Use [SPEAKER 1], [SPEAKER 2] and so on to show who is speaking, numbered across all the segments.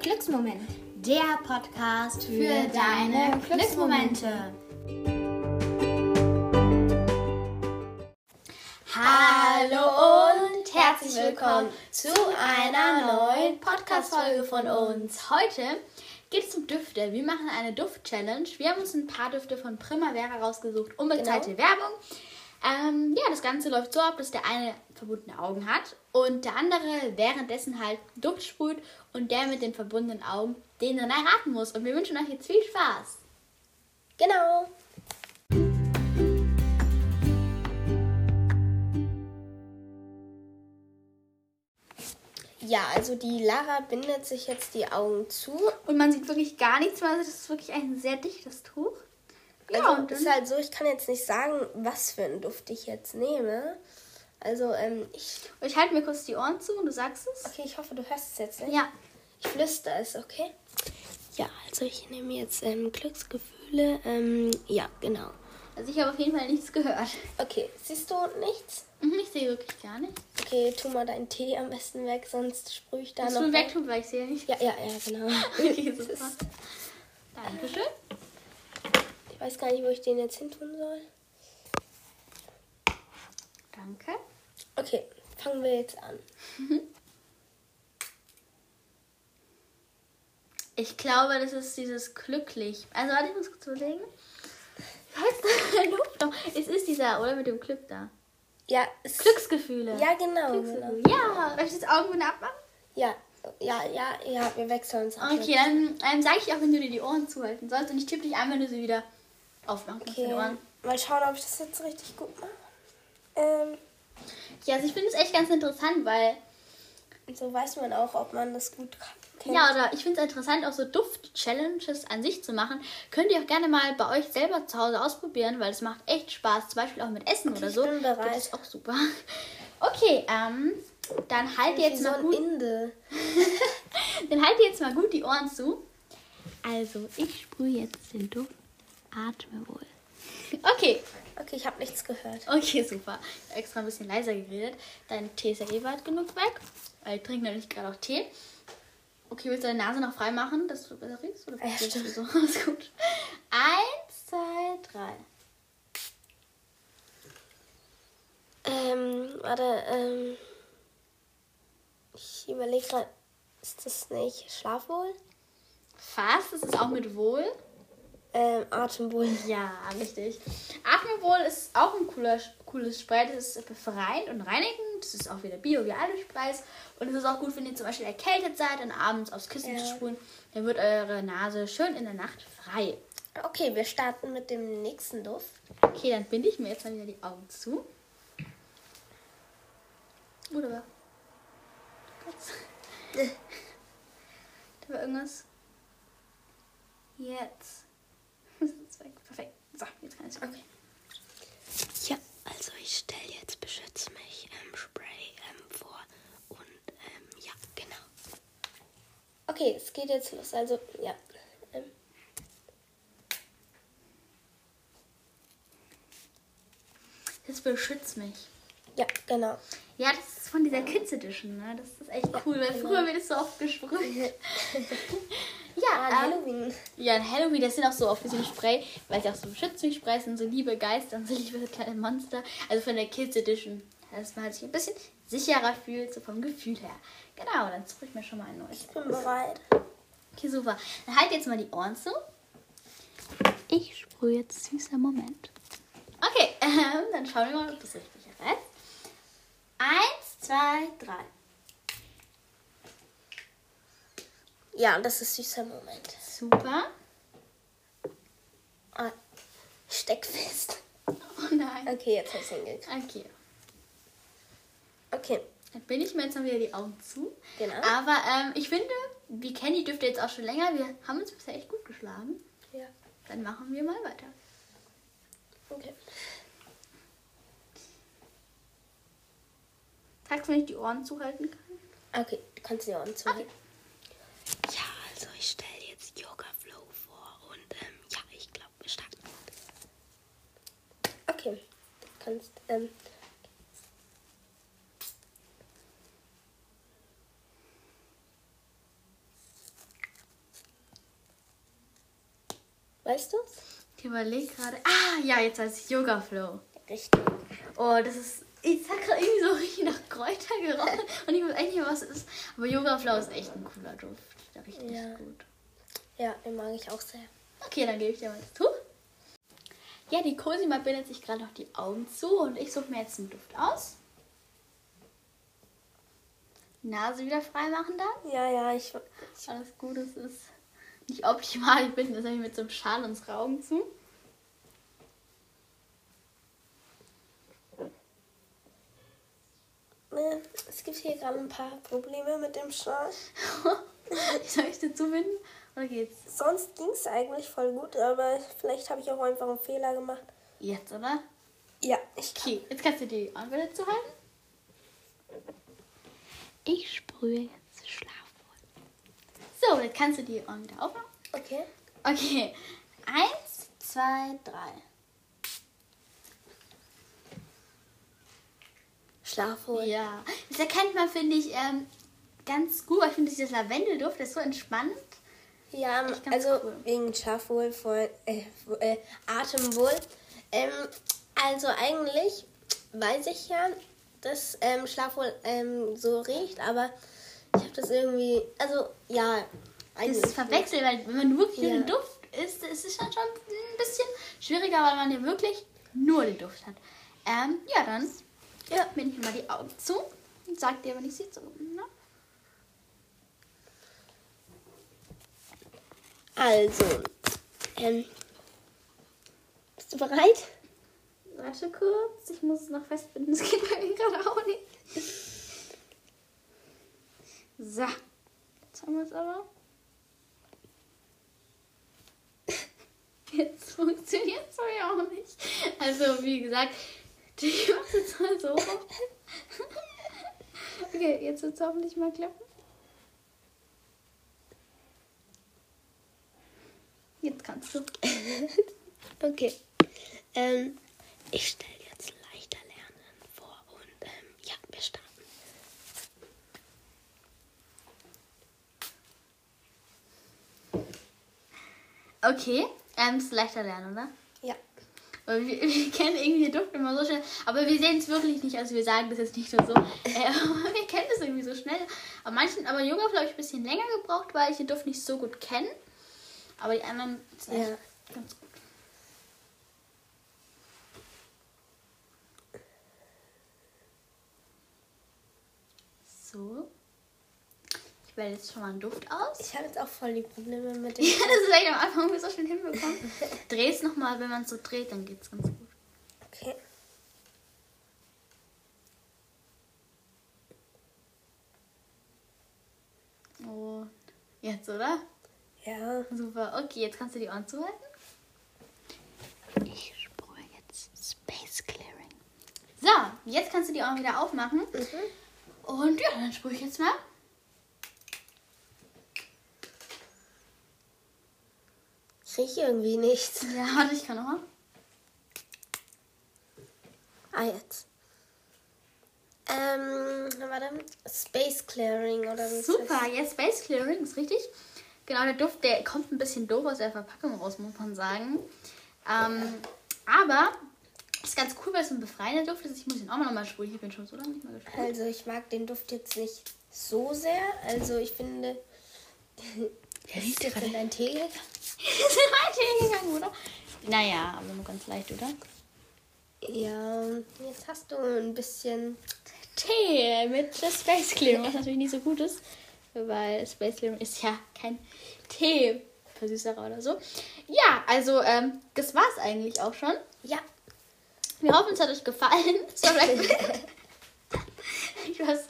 [SPEAKER 1] Glücksmoment.
[SPEAKER 2] Der Podcast
[SPEAKER 1] für deine Glücksmomente.
[SPEAKER 2] Hallo und herzlich willkommen zu einer neuen Podcast-Folge von uns.
[SPEAKER 3] Heute geht es um Düfte. Wir machen eine Duft-Challenge. Wir haben uns ein paar Düfte von Primavera rausgesucht. Unbezahlte Werbung. Ähm, ja, das Ganze läuft so ab, dass der eine verbundene Augen hat und der andere währenddessen halt Duft sprüht und der mit den verbundenen Augen den dann erraten muss. Und wir wünschen euch jetzt viel Spaß.
[SPEAKER 2] Genau. Ja, also die Lara bindet sich jetzt die Augen zu.
[SPEAKER 3] Und man sieht wirklich gar nichts mehr. Also das ist wirklich ein sehr dichtes Tuch. Ja,
[SPEAKER 2] also
[SPEAKER 3] und dann,
[SPEAKER 2] ist halt so, ich kann jetzt nicht sagen, was für einen Duft ich jetzt nehme. Also ähm, ich,
[SPEAKER 3] ich halte mir kurz die Ohren zu und du sagst es.
[SPEAKER 2] okay, ich hoffe, du hörst es jetzt nicht.
[SPEAKER 3] Ja,
[SPEAKER 2] Ich flüster es, okay? Ja, also ich nehme jetzt ähm, Glücksgefühle. Ähm, ja, genau.
[SPEAKER 3] also ich habe auf jeden Fall nichts gehört.
[SPEAKER 2] Okay, siehst du nichts?
[SPEAKER 3] Mhm, Ich sehe wirklich gar nichts.
[SPEAKER 2] Okay, tu mal deinen Tee am besten weg, sonst sprühe ich da
[SPEAKER 3] Kannst
[SPEAKER 2] noch.
[SPEAKER 3] du wegtun, weil ich sehe ja nicht.
[SPEAKER 2] Ja, ja, ja, genau.
[SPEAKER 3] Okay, super. Dankeschön.
[SPEAKER 2] Ich weiß gar nicht, wo ich den jetzt hin tun soll.
[SPEAKER 3] Danke.
[SPEAKER 2] Okay, fangen wir jetzt an.
[SPEAKER 3] Ich glaube, das ist dieses glücklich. Also warte, ich muss kurz überlegen. Wie heißt der Luft noch? Es ist dieser, oder? Mit dem Glück da.
[SPEAKER 2] Ja, es-
[SPEAKER 3] Glücksgefühle.
[SPEAKER 2] Ja, genau. genau.
[SPEAKER 3] Glücksgefühle. Ja. Soll ich das Augenbinde abmachen?
[SPEAKER 2] Ja, ja, ja, ja, wir wechseln uns. ab
[SPEAKER 3] Okay,
[SPEAKER 2] jetzt.
[SPEAKER 3] dann, dann sage ich auch, wenn du dir die Ohren zuhalten sollst. Und ich tippe dich an, wenn du sie wieder aufmachen kannst. Okay.
[SPEAKER 2] Okay.
[SPEAKER 3] Ohren.
[SPEAKER 2] Mal schauen, ob ich das jetzt richtig gut mache. Ähm,
[SPEAKER 3] Ja, also ich finde es echt ganz interessant, weil
[SPEAKER 2] so weiß man auch, ob man das gut kann.
[SPEAKER 3] Ja, oder ich finde es interessant, auch so Duft-Challenges an sich zu machen. Könnt ihr auch gerne mal bei euch selber zu Hause ausprobieren, weil es macht echt Spaß. Zum Beispiel auch mit Essen oder
[SPEAKER 2] ich
[SPEAKER 3] so.
[SPEAKER 2] bin bereit.
[SPEAKER 3] Das ist auch super. Okay, ähm, dann halt ihr jetzt
[SPEAKER 2] so
[SPEAKER 3] mal
[SPEAKER 2] ein
[SPEAKER 3] gut,
[SPEAKER 2] Inde.
[SPEAKER 3] dann halt ihr jetzt mal gut die Ohren zu. Also, ich sprühe jetzt den Duft. Atme wohl. Okay,
[SPEAKER 2] Okay, ich habe nichts gehört.
[SPEAKER 3] okay, super. Ich hab extra ein bisschen leiser geredet. Dein Tee ist ja eh weit genug weg. Weil ich trinke nämlich gerade auch Tee. Okay, willst du deine Nase noch frei machen, dass du besser riechst? Oder
[SPEAKER 2] Ja,
[SPEAKER 3] probierst du
[SPEAKER 2] stimmt.
[SPEAKER 3] so? Alles gut. Eins, zwei, drei.
[SPEAKER 2] Ähm, warte, ähm. Ich überlege gerade, ist das nicht Schlafwohl?
[SPEAKER 3] Fast, das ist auch mit Wohl.
[SPEAKER 2] Ähm, Atemwohl.
[SPEAKER 3] Ja, richtig. Atmenwohl ist auch ein cooler, cooles Spray. Das ist befreiend und reinigend. Das ist auch wieder Bio, wie alle Sprays. Und es ist auch gut, wenn ihr zum Beispiel erkältet seid und abends aufs Kissen
[SPEAKER 2] Ja.
[SPEAKER 3] zu sprühen. Dann wird eure Nase schön in der Nacht frei.
[SPEAKER 2] Okay, wir starten mit dem nächsten Duft.
[SPEAKER 3] Okay, dann binde ich mir jetzt mal wieder die Augen zu. Oder war? Kurz. da war irgendwas. Jetzt. Das ist weg. Perfekt. So, jetzt kann ich es Okay.
[SPEAKER 2] Ja, also ich stelle jetzt Beschütz mich ähm, Spray ähm, vor und ähm, ja, genau. Okay, es geht jetzt los. Also, ja. Ähm,
[SPEAKER 3] Das beschützt mich.
[SPEAKER 2] ja, genau.
[SPEAKER 3] Ja, das ist von dieser Kids Edition, ne? Das ist echt cool, weil früher wird es so oft gesprüht.
[SPEAKER 2] Ah,
[SPEAKER 3] ja, ähm,
[SPEAKER 2] Halloween.
[SPEAKER 3] Ja, und Halloween, das sind auch so oft diese Spray, weil sie auch so beschützt mich Sprays sind, so liebe Geister und so liebe kleine Monster. Also von der Kids Edition, dass man sich ein bisschen sicherer fühlt, so vom Gefühl her. Genau, dann suche ich mir schon mal ein neues.
[SPEAKER 2] Ich bin bereit.
[SPEAKER 3] Okay, super. Dann halt jetzt mal die Ohren zu.
[SPEAKER 1] Ich sprühe jetzt süßer Moment.
[SPEAKER 3] Okay, ähm, dann schauen wir mal, ob das richtig ist. Eins, zwei, drei.
[SPEAKER 2] Ja, das ist süßer Moment.
[SPEAKER 3] Super.
[SPEAKER 2] Ah, ich steck fest.
[SPEAKER 3] Oh
[SPEAKER 1] Also-
[SPEAKER 3] nein.
[SPEAKER 2] Okay, jetzt habe ich hingekriegt.
[SPEAKER 3] Okay.
[SPEAKER 2] Okay,
[SPEAKER 3] Dann bin ich mir jetzt mal wieder die Augen zu.
[SPEAKER 2] Genau.
[SPEAKER 3] Aber ähm, ich finde, wir kennen die Düfte jetzt auch schon länger. Wir haben uns bisher echt gut geschlagen.
[SPEAKER 2] ja.
[SPEAKER 3] Dann machen wir mal weiter.
[SPEAKER 2] Okay.
[SPEAKER 3] Sagst du, wenn ich die Ohren zuhalten kann?
[SPEAKER 2] Okay, du kannst die Ohren zu.
[SPEAKER 3] Okay.
[SPEAKER 2] Ja, also ich stelle jetzt Yoga Flow vor und ähm, ja, ich glaube, wir starten. Okay, du kannst. Ähm, Weißt du?
[SPEAKER 3] Ich überlege gerade. Ah, ja, jetzt heißt es Yoga Flow.
[SPEAKER 2] Richtig.
[SPEAKER 3] Oh, das ist. Ich hat gerade irgendwie so richtig nach Kräuter gerochen. Und ich weiß echt nicht, was es ist. Aber Yoga Flow ist echt ein cooler Duft. Der riecht echt
[SPEAKER 2] Ja.
[SPEAKER 3] gut.
[SPEAKER 2] Ja, den mag ich auch sehr.
[SPEAKER 3] Okay, dann gebe ich dir mal das Tuch. Ja, die Cosima bindet sich gerade noch die Augen zu und ich suche mir jetzt einen Duft aus. Nase wieder frei machen dann.
[SPEAKER 2] Ja, ja, ich.
[SPEAKER 3] Alles gut, es ist nicht optimal. Ich bin das nämlich mit so einem Schal uns Augen zu.
[SPEAKER 2] Äh, es gibt hier gerade ein paar Probleme mit dem Schal.
[SPEAKER 3] ich soll ich dir zubinden? Oder geht's?
[SPEAKER 2] Sonst ging es eigentlich voll gut, aber vielleicht habe ich auch einfach einen Fehler gemacht.
[SPEAKER 3] Jetzt, oder?
[SPEAKER 2] Ja, ich kann.
[SPEAKER 3] Okay, jetzt kannst du die Augen wieder zuhalten.
[SPEAKER 1] Ich sprühe jetzt Schlafwohl.
[SPEAKER 3] So, jetzt kannst du die Ohren wieder aufmachen.
[SPEAKER 2] Okay.
[SPEAKER 3] Okay. Eins, zwei, drei.
[SPEAKER 2] Schlafwohl.
[SPEAKER 3] Ja. Das erkennt man, finde ich, ähm, ganz gut. weil Ich finde dieses Lavendelduft, das ist so entspannend.
[SPEAKER 2] Ja,
[SPEAKER 3] Echt ganz
[SPEAKER 2] also
[SPEAKER 3] cool.
[SPEAKER 2] wegen Schlafwohl, voll, äh, wo- äh, Atemwohl. Ähm, also eigentlich weiß ich ja, dass ähm, Schlafwohl ähm, so riecht, aber ich habe das irgendwie, also ja,
[SPEAKER 3] Das
[SPEAKER 2] eigentlich.
[SPEAKER 3] ist verwechselt, weil wenn man wirklich nur
[SPEAKER 2] Ja.
[SPEAKER 3] den Duft isst, ist es dann schon ein bisschen schwieriger, weil man ja wirklich nur den Duft hat. Ähm, ja, dann ja. bin ich mal die Augen zu und sag dir, wenn ich sie zu. Ne?
[SPEAKER 2] Also, ähm, bist du bereit?
[SPEAKER 3] Warte kurz, ich muss es noch festbinden, das geht bei mir gerade auch nicht. So, jetzt haben wir es aber. Jetzt funktioniert es bei mir auch nicht. Also, wie gesagt, ich mache es jetzt mal halt so. rum. Okay, jetzt wird es hoffentlich mal klappen. Jetzt kannst du.
[SPEAKER 2] Okay. Ähm, ich stelle jetzt leichter Lernen vor und ähm, ja, wir starten.
[SPEAKER 3] Okay, ähm, ist leichter lernen, oder?
[SPEAKER 2] Ja.
[SPEAKER 3] Weil wir, wir kennen irgendwie den Duft immer so schnell. Aber wir sehen es wirklich nicht. Also wir sagen das jetzt nicht nur so. Äh, aber wir kennen es irgendwie so schnell. An manchen, aber Yoga habe ich ein bisschen länger gebraucht, weil ich den Duft nicht so gut kenne. Aber die anderen sind
[SPEAKER 2] Ja.
[SPEAKER 3] echt ganz gut. So. Ich wähle jetzt schon mal einen Duft aus.
[SPEAKER 2] Ich habe jetzt auch voll die Probleme mit dem.
[SPEAKER 3] Ja, das ist echt am Anfang irgendwie so schnell hinbekommen. Dreh es nochmal, wenn man es so dreht, dann geht's ganz gut.
[SPEAKER 2] Okay.
[SPEAKER 3] Oh, jetzt, oder?
[SPEAKER 2] Ja.
[SPEAKER 3] Super. Okay, jetzt kannst du die Ohren zuhalten.
[SPEAKER 1] Ich sprühe jetzt Space Clearing.
[SPEAKER 3] So, jetzt kannst du die Ohren wieder aufmachen.
[SPEAKER 2] Mhm.
[SPEAKER 3] Und ja, dann sprühe ich jetzt mal.
[SPEAKER 2] Ich rieche irgendwie nichts.
[SPEAKER 3] Ja, warte, ich kann nochmal.
[SPEAKER 2] Ah, jetzt. Ähm, warte. Space Clearing oder so.
[SPEAKER 3] Super, jetzt Space Clearing, ist richtig. Genau, der Duft, der kommt ein bisschen doof aus der Verpackung raus, muss man sagen. Ähm, aber ist ganz cool, weil es ein befreiender Duft ist. Ich muss ihn auch mal nochmal sprühen. Ich habe ihn schon so lange nicht mehr gesprüht.
[SPEAKER 2] Also, ich mag den Duft jetzt nicht so sehr. Also, ich finde. Der riecht gerade in deinen Tee gegangen?
[SPEAKER 3] Wir sind heute hingegangen, oder? Naja, aber nur ganz leicht, oder?
[SPEAKER 2] Ja, jetzt hast du ein bisschen.
[SPEAKER 3] Tee mit der Space Clearing, was natürlich nicht so gut ist, weil Space Clearing ist ja kein Tee. Versüßerer oder so. Ja, also ähm, das war's eigentlich auch schon.
[SPEAKER 2] Ja.
[SPEAKER 3] Wir hoffen, es hat euch gefallen. Es war vielleicht ich weiß,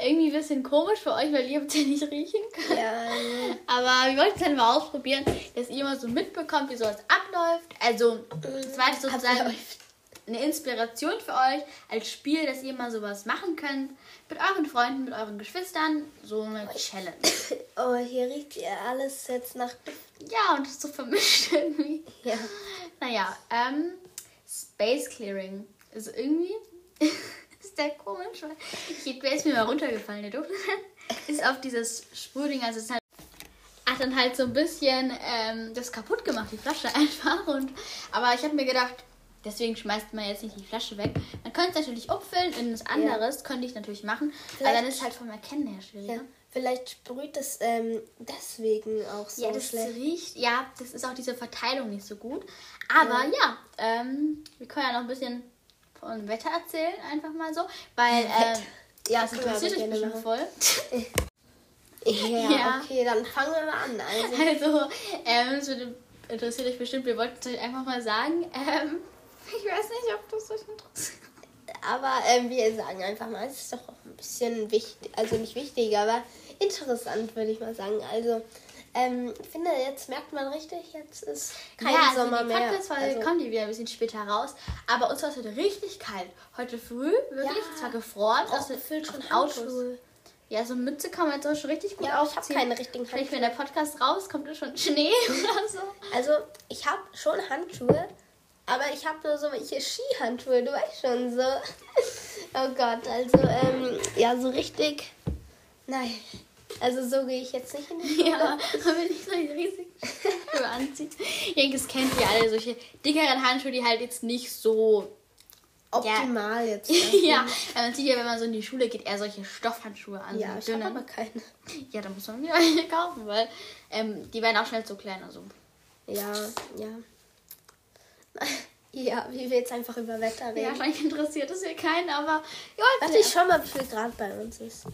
[SPEAKER 3] irgendwie ein bisschen komisch für euch, weil ihr habt ja nicht riechen können.
[SPEAKER 2] Ja. ähm,
[SPEAKER 3] Aber wir wollten es dann mal ausprobieren, dass ihr mal so mitbekommt, wie sowas abläuft. Also, es war jetzt sozusagen eine Inspiration für euch als Spiel, dass ihr mal sowas machen könnt. Mit euren Freunden, mit euren Geschwistern. So eine Challenge.
[SPEAKER 2] Oh, hier riecht ja alles jetzt nach.
[SPEAKER 3] Ja, und das ist so vermischt irgendwie.
[SPEAKER 2] Ja.
[SPEAKER 3] Naja, ähm, Space Clearing. Also irgendwie ist der komisch, weil ich, der ist mir mal runtergefallen, der Duft. ist auf dieses Sprühding, also es ist halt. Ach hat dann halt so ein bisschen ähm, das kaputt gemacht, die Flasche einfach. Und, aber ich habe mir gedacht, deswegen schmeißt man jetzt nicht die Flasche weg. Man könnte es natürlich umfüllen in was anderes, könnte ich natürlich machen.
[SPEAKER 2] Vielleicht-
[SPEAKER 3] aber dann ist halt vom Erkennen her schwieriger.
[SPEAKER 2] Ja. Vielleicht sprüht es ähm, deswegen auch so
[SPEAKER 3] Ja, das
[SPEAKER 2] schlecht.
[SPEAKER 3] riecht, ja, das ist auch diese Verteilung nicht so gut. Aber ja, ähm, wir können ja noch ein bisschen vom Wetter erzählen, einfach mal so. Weil, ähm,
[SPEAKER 2] Wetter.
[SPEAKER 3] ja, es
[SPEAKER 2] können wir aber
[SPEAKER 3] interessiert euch
[SPEAKER 2] gerne
[SPEAKER 3] bestimmt
[SPEAKER 2] machen.
[SPEAKER 3] voll.
[SPEAKER 2] Ja,
[SPEAKER 3] Ja.
[SPEAKER 2] okay, dann fangen wir mal an. Also,
[SPEAKER 3] Also, ähm, es würde- interessiert euch bestimmt, wir wollten es euch einfach mal sagen. Ähm, ich weiß nicht, ob das euch interessiert.
[SPEAKER 2] aber ähm, wir sagen einfach mal, es ist doch auch ein bisschen wichtig, also nicht wichtig, aber interessant, würde ich mal sagen. Also, ähm, ich finde, jetzt merkt man richtig, jetzt ist kein
[SPEAKER 3] ja, also
[SPEAKER 2] Sommer
[SPEAKER 3] die
[SPEAKER 2] mehr.
[SPEAKER 3] Podcast-Folge
[SPEAKER 2] Also,
[SPEAKER 3] kommt die wieder ein bisschen später raus. Aber uns war es heute richtig kalt. Heute früh, wirklich,
[SPEAKER 2] Ja.
[SPEAKER 3] es war gefroren.
[SPEAKER 2] Auch
[SPEAKER 3] aus den-
[SPEAKER 2] gefühlt
[SPEAKER 3] auf
[SPEAKER 2] schon
[SPEAKER 3] den Autos.
[SPEAKER 2] Handschuhe.
[SPEAKER 3] Ja, so eine Mütze kann man jetzt auch schon richtig gut
[SPEAKER 2] Ja, ich hab
[SPEAKER 3] aufziehen.
[SPEAKER 2] keine richtigen
[SPEAKER 3] Vielleicht, wenn der Podcast raus, kommt da schon Schnee oder so.
[SPEAKER 2] also ich habe schon Handschuhe, aber ich habe nur so welche Skihandschuhe, du weißt schon so. oh Gott, also, ähm, ja, so richtig. Nein. Also so gehe ich jetzt nicht in die Schule.
[SPEAKER 3] Ja, damit ich so einen riesigen Handschuhe anziehe. Ich denke, es kennt ihr alle, solche dickeren Handschuhe, die halt jetzt nicht so...
[SPEAKER 2] Optimal jetzt.
[SPEAKER 3] ja, weil man zieht ja, wenn man so in die Schule geht, eher solche Stoffhandschuhe an.
[SPEAKER 2] Ja,
[SPEAKER 3] so
[SPEAKER 2] ich habe
[SPEAKER 3] dünnen.
[SPEAKER 2] aber keine.
[SPEAKER 3] Ja, da muss man mir welche kaufen, weil ähm, die werden auch schnell zu klein. Also.
[SPEAKER 2] Ja, ja. Ja, wie wir jetzt einfach über Wetter reden.
[SPEAKER 3] Ja, wahrscheinlich interessiert es hier keinen, aber ja,
[SPEAKER 2] Warte, ich schau mal, wie viel Grad bei uns ist.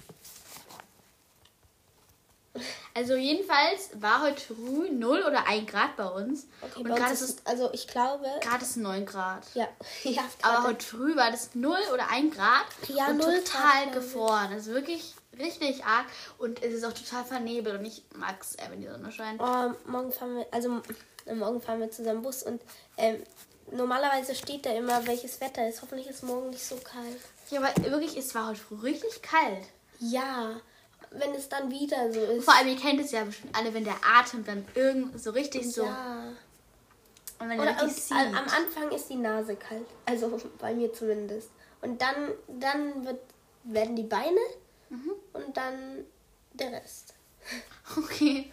[SPEAKER 3] also jedenfalls war heute früh 0 oder 1 Grad bei uns.
[SPEAKER 2] Okay,
[SPEAKER 3] und
[SPEAKER 2] bei
[SPEAKER 3] gerade
[SPEAKER 2] uns
[SPEAKER 3] ist,
[SPEAKER 2] ist
[SPEAKER 3] es,
[SPEAKER 2] es, also ich glaube,
[SPEAKER 3] gerade ist es 9 Grad.
[SPEAKER 2] ja, ja,
[SPEAKER 3] Aber
[SPEAKER 2] gerade.
[SPEAKER 3] heute früh war das 0 oder 1 Grad
[SPEAKER 2] Ja,
[SPEAKER 3] und
[SPEAKER 2] 0 Grad,
[SPEAKER 3] total
[SPEAKER 2] glaube ich.
[SPEAKER 3] gefroren. Also wirklich richtig arg und es ist auch total vernebelt und ich mag es, äh, wenn die Sonne scheint.
[SPEAKER 2] Oh, morgen fahren wir, also äh, morgen fahren wir zusammen Bus und ähm, normalerweise steht da immer, welches Wetter ist. Hoffentlich ist morgen nicht so kalt.
[SPEAKER 3] Ja, aber wirklich, es war heute früh richtig kalt.
[SPEAKER 2] Ja, wenn es dann wieder so ist.
[SPEAKER 3] Vor allem, ihr kennt es ja bestimmt alle, wenn der Atem dann irgend so richtig so.
[SPEAKER 2] Ja.
[SPEAKER 3] Und wenn
[SPEAKER 2] Oder
[SPEAKER 3] ihr
[SPEAKER 2] am,
[SPEAKER 3] richtig
[SPEAKER 2] am
[SPEAKER 3] sieht.
[SPEAKER 2] am Anfang ist die Nase kalt. Also bei mir zumindest. Und dann, dann wird, werden die Beine
[SPEAKER 3] Mhm.
[SPEAKER 2] und dann der Rest.
[SPEAKER 3] Okay.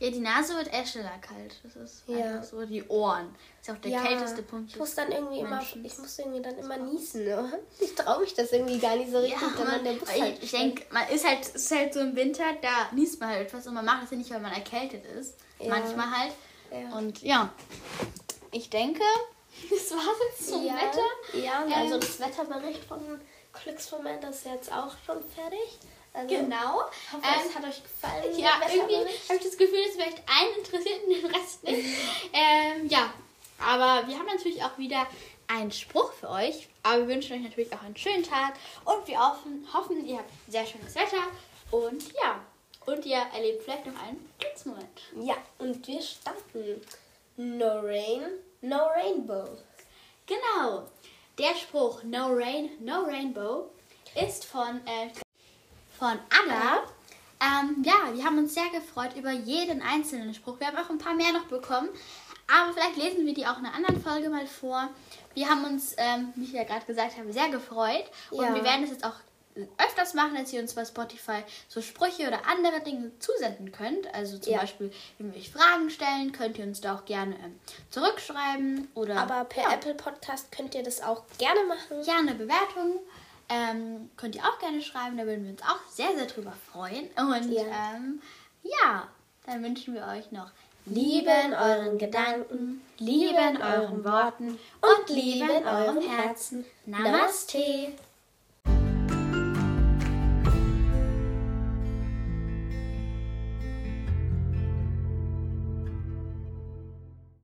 [SPEAKER 3] Ja, die Nase wird eher schneller kalt. Das ist
[SPEAKER 2] Ja.
[SPEAKER 3] einfach so. Die Ohren. Ist auch der kälteste Punkt.
[SPEAKER 2] Ich muss dann irgendwie immer,
[SPEAKER 3] Menschen.
[SPEAKER 2] ich muss irgendwie dann immer niesen. Ne? Ich traue mich das irgendwie gar nicht so richtig,
[SPEAKER 3] ja,
[SPEAKER 2] wenn man
[SPEAKER 3] man,
[SPEAKER 2] der Bus
[SPEAKER 3] weil
[SPEAKER 2] halt
[SPEAKER 3] ich, ich denke, man ist halt, es ist halt so im Winter, da niest man halt etwas und man macht das ja nicht, weil man erkältet ist.
[SPEAKER 2] Ja.
[SPEAKER 3] Manchmal halt.
[SPEAKER 2] Ja.
[SPEAKER 3] Und ja, ich denke, das war's jetzt zum
[SPEAKER 2] ja,
[SPEAKER 3] Wetter.
[SPEAKER 2] Ja,
[SPEAKER 3] Ähm,
[SPEAKER 2] also das Wetterbericht von Glücksmoment ist jetzt auch schon fertig. Also,
[SPEAKER 3] Genau.
[SPEAKER 2] Ich hoffe,
[SPEAKER 3] Ähm,
[SPEAKER 2] es hat euch gefallen.
[SPEAKER 3] Ja,
[SPEAKER 2] der
[SPEAKER 3] irgendwie
[SPEAKER 2] Wetterbericht.
[SPEAKER 3] habe ich das Gefühl, dass vielleicht einen interessiert und den Rest nicht. ähm, ja, aber wir haben natürlich auch wieder einen Spruch für euch. Aber wir wünschen euch natürlich auch einen schönen Tag und wir hoffen, hoffen ihr habt sehr schönes Wetter und ja, und ihr erlebt vielleicht noch einen Blitzmoment.
[SPEAKER 2] Ja, und wir starten. No rain, no rainbow.
[SPEAKER 3] Genau, der Spruch No Rain, No Rainbow ist von, äh, von Anna. Ähm, ja, wir haben uns sehr gefreut über jeden einzelnen Spruch. Wir haben auch ein paar mehr noch bekommen. Aber vielleicht lesen wir die auch in einer anderen Folge mal vor. Wir haben uns, ähm, wie ich ja gerade gesagt habe, sehr gefreut. Und
[SPEAKER 2] Ja.
[SPEAKER 3] wir werden das jetzt auch öfters machen, dass ihr uns bei Spotify so Sprüche oder andere Dinge zusenden könnt. Also zum
[SPEAKER 2] Ja.
[SPEAKER 3] Beispiel, wenn wir euch Fragen stellen, könnt ihr uns da auch gerne ähm, zurückschreiben. Oder
[SPEAKER 2] Aber per Apple Podcast könnt ihr das auch gerne machen.
[SPEAKER 3] ja, eine Bewertung ähm, könnt ihr auch gerne schreiben. Da würden wir uns auch sehr, sehr drüber freuen. Und ja,
[SPEAKER 2] Ja.
[SPEAKER 3] ähm, ja dann wünschen wir euch noch
[SPEAKER 2] Lieben euren Gedanken, lieben euren Worten und lieben eurem Herzen.
[SPEAKER 3] Namaste.